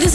this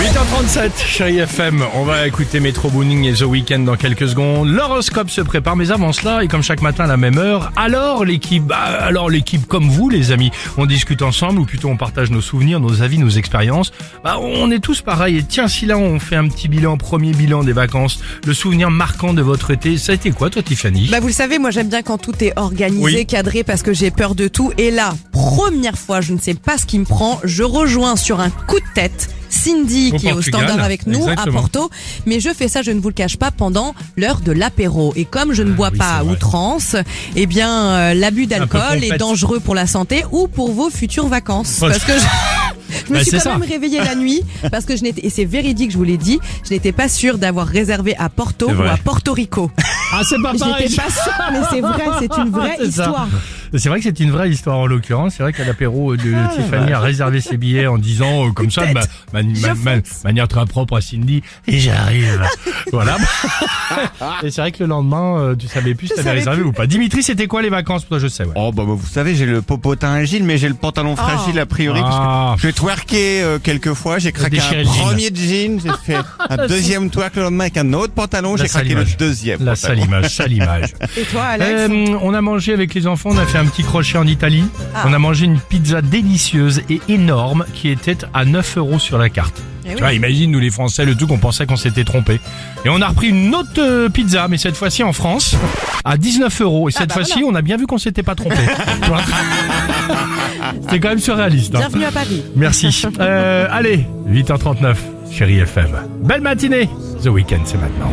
8h37, chérie FM, on va écouter Metro Booning et The Weeknd dans quelques secondes. L'horoscope se prépare, mais avant cela, et comme chaque matin à la même heure, alors l'équipe, bah, alors l'équipe comme vous, les amis, on discute ensemble, ou plutôt on partage nos souvenirs, nos avis, nos expériences. Bah, on est tous pareils. Et tiens, si là on fait un petit bilan, premier bilan des vacances, le souvenir marquant de votre été, ça a été quoi, toi, Tiffany Bah vous le savez, moi j'aime bien quand tout est organisé, Oui. cadré parce que j'ai peur de tout. Et là, première fois, je ne sais pas ce qui me prend, je rejoins sur un coup de tête Cindy Au qui est au Portugal, standard avec nous exactement. à Porto. Mais je fais ça, je ne vous le cache pas, pendant l'heure de l'apéro. Et comme je ne bois Ah oui, pas c'est à vrai. outrance, eh bien euh, l'abus d'alcool est complexe. dangereux pour la santé ou pour vos futures vacances. Oh, Parce que je... Je me Bah, suis c'est quand ça. même réveillée la nuit parce que je n'étais et c'est véridique, je vous l'ai dit, je n'étais pas sûre d'avoir réservé à Porto C'est ou vrai. à Porto Rico. Ah, c'est pas J'étais pas sûre, mais c'est vrai, c'est une vraie C'est ça. histoire. C'est vrai que c'est une vraie histoire en l'occurrence. C'est vrai qu'à l'apéro, euh, de Ah, Tiffany a réservé ses billets en disant euh, comme ça, de ma- ma- ma- ma- manière très propre à Cindy, et j'arrive. voilà. et c'est vrai que le lendemain, euh, tu savais plus si t'avais savais réservé ou pas. Dimitri, c'était quoi les vacances pour toi Je sais. Ouais. Oh bah, bah, vous savez, j'ai le popotin agile, mais j'ai le pantalon fragile a priori. Ah. Parce que j'ai twerké euh, quelques fois, j'ai craqué déchiré un le jean. premier jean, j'ai fait un deuxième twerk le lendemain avec un autre pantalon, La j'ai sale craqué le image. deuxième. La pantalon. sale image, sale image. Et toi, Alex Euh, on a mangé avec les enfants, on a fait un petit crochet en Italie. Ah. On a mangé une pizza délicieuse et énorme qui était à 9 euros sur la carte. Eh tu oui. vois, imagine nous les Français le truc, on pensait qu'on s'était trompé. Et on a repris une autre euh, pizza, mais cette fois-ci en France, à 19 euros. Et cette bah fois-ci, on a bien vu qu'on s'était pas trompé. Tu vois C'était quand même surréaliste. hein. Bienvenue à Paris. Merci. Euh, allez, 8h39, chérie FM. Belle matinée. The Weekend, c'est maintenant.